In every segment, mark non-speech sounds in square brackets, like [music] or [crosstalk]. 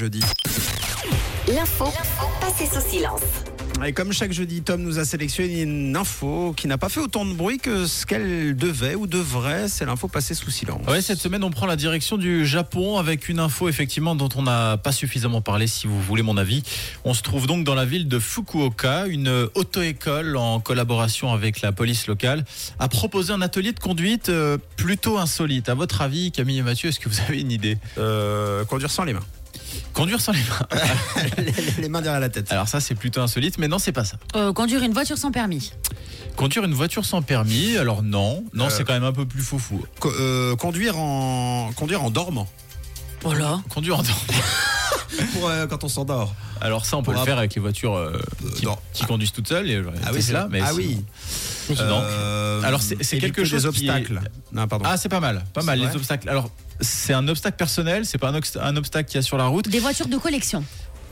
jeudi. L'info passée sous silence. Et comme chaque jeudi, Tom nous a sélectionné une info qui n'a pas fait autant de bruit que ce qu'elle devait ou devrait. C'est l'info passée sous silence. Ah Ouais, cette semaine, on prend la direction du Japon avec une info effectivement dont on n'a pas suffisamment parlé, si vous voulez mon avis. On se trouve donc dans la ville de Fukuoka. Une euh, auto-école, en collaboration avec la police locale, a proposé un atelier de conduite euh, plutôt insolite. À votre avis, Camille et Mathieu, est-ce que vous avez une idée Euh, conduire sans les mains. Conduire sans les mains. [laughs] les, les mains derrière la tête. Alors ça, c'est plutôt insolite, mais non, c'est pas ça. Euh, conduire une voiture sans permis. Conduire une voiture sans permis, alors non. Non, Euh. c'est quand même un peu plus foufou. Co- euh, conduire en conduire en dormant. Voilà. Conduire en Pour euh, quand on s'endort. Alors ça, on peut Pour le app- faire avec les voitures euh, qui, non. qui conduisent toutes seules. et- Tesla, mais ah c'est- oui. Euh, non. Euh, Alors, c'est- c'est quelque éviter chose des qui est- obstacles. Non, pardon. Ah, c'est pas mal, pas C'est mal vrai les obstacles. Alors, c'est un obstacle personnel, c'est pas un, obst- un obstacle qu'il y a sur la route. Des voitures de collection.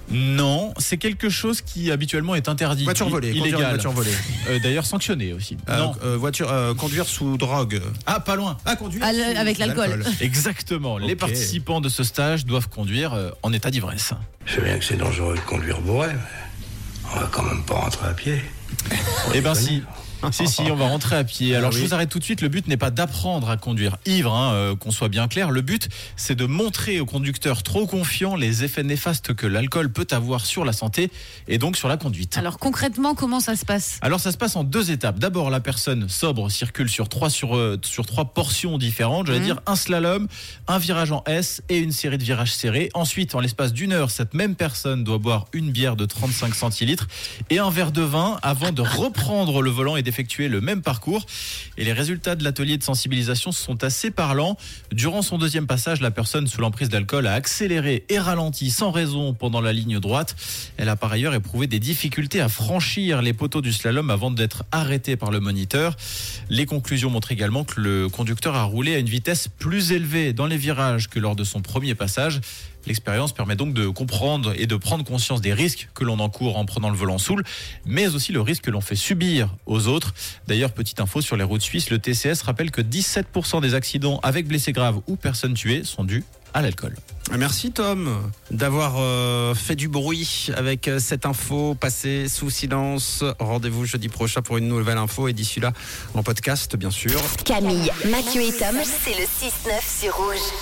Non, c'est quelque chose qui habituellement est interdit, voiture i- volée. Conduire une illégal. voiture volée. Euh, D'ailleurs sanctionné aussi. Euh, non. euh, voiture euh, conduire sous drogue. Ah, pas loin. Ah conduire Ah, le- sous avec l'alcool. Exactement. Les Ok. participants de ce stage doivent conduire euh, en état d'ivresse. Oh, Je sais bien que c'est dangereux de conduire bourré, mais on va quand même pas rentrer à pied. Eh ben si. Si, si, on va rentrer à pied. Ah Alors, je vous arrête tout de suite. Le but n'est pas d'apprendre à conduire ivre, hein, euh, qu'on soit bien clair. Le but, c'est de montrer aux conducteurs trop confiants les effets néfastes que l'alcool peut avoir sur la santé et donc sur la conduite. Alors concrètement, comment ça se passe Alors ça se passe en deux étapes. D'abord, la personne sobre circule sur trois, sur, euh, sur trois portions différentes, j'allais Mhm. dire un slalom, un virage en S et une série de virages serrés. Ensuite, en l'espace d'une heure, cette même personne doit boire une bière de 35 centilitres et un verre de vin avant de reprendre le volant et d'effectuer le même parcours. Et les résultats de l'atelier de sensibilisation sont assez parlants. Durant son deuxième passage, la personne sous l'emprise d'alcool a accéléré et ralenti sans raison pendant la ligne droite. Elle a par ailleurs éprouvé des difficultés à franchir les poteaux du slalom avant d'être arrêtée par le moniteur. Les conclusions montrent également que le conducteur a roulé à une vitesse plus élevée dans les virages que lors de son premier passage. L'expérience permet donc de comprendre et de prendre conscience des risques que l'on encourt en prenant le volant saoul, mais aussi le risque que l'on fait subir aux autres. D'ailleurs, petite info sur les routes suisses, le TCS rappelle que 17% des accidents avec blessés graves ou personnes tuées sont dus à l'alcool. Merci Tom d'avoir euh, fait du bruit avec euh, cette info passée sous silence. Rendez-vous jeudi prochain pour une nouvelle info et d'ici là en podcast bien sûr. Camille, Mathieu et Tom, c'est le 6-9 sur Rouge.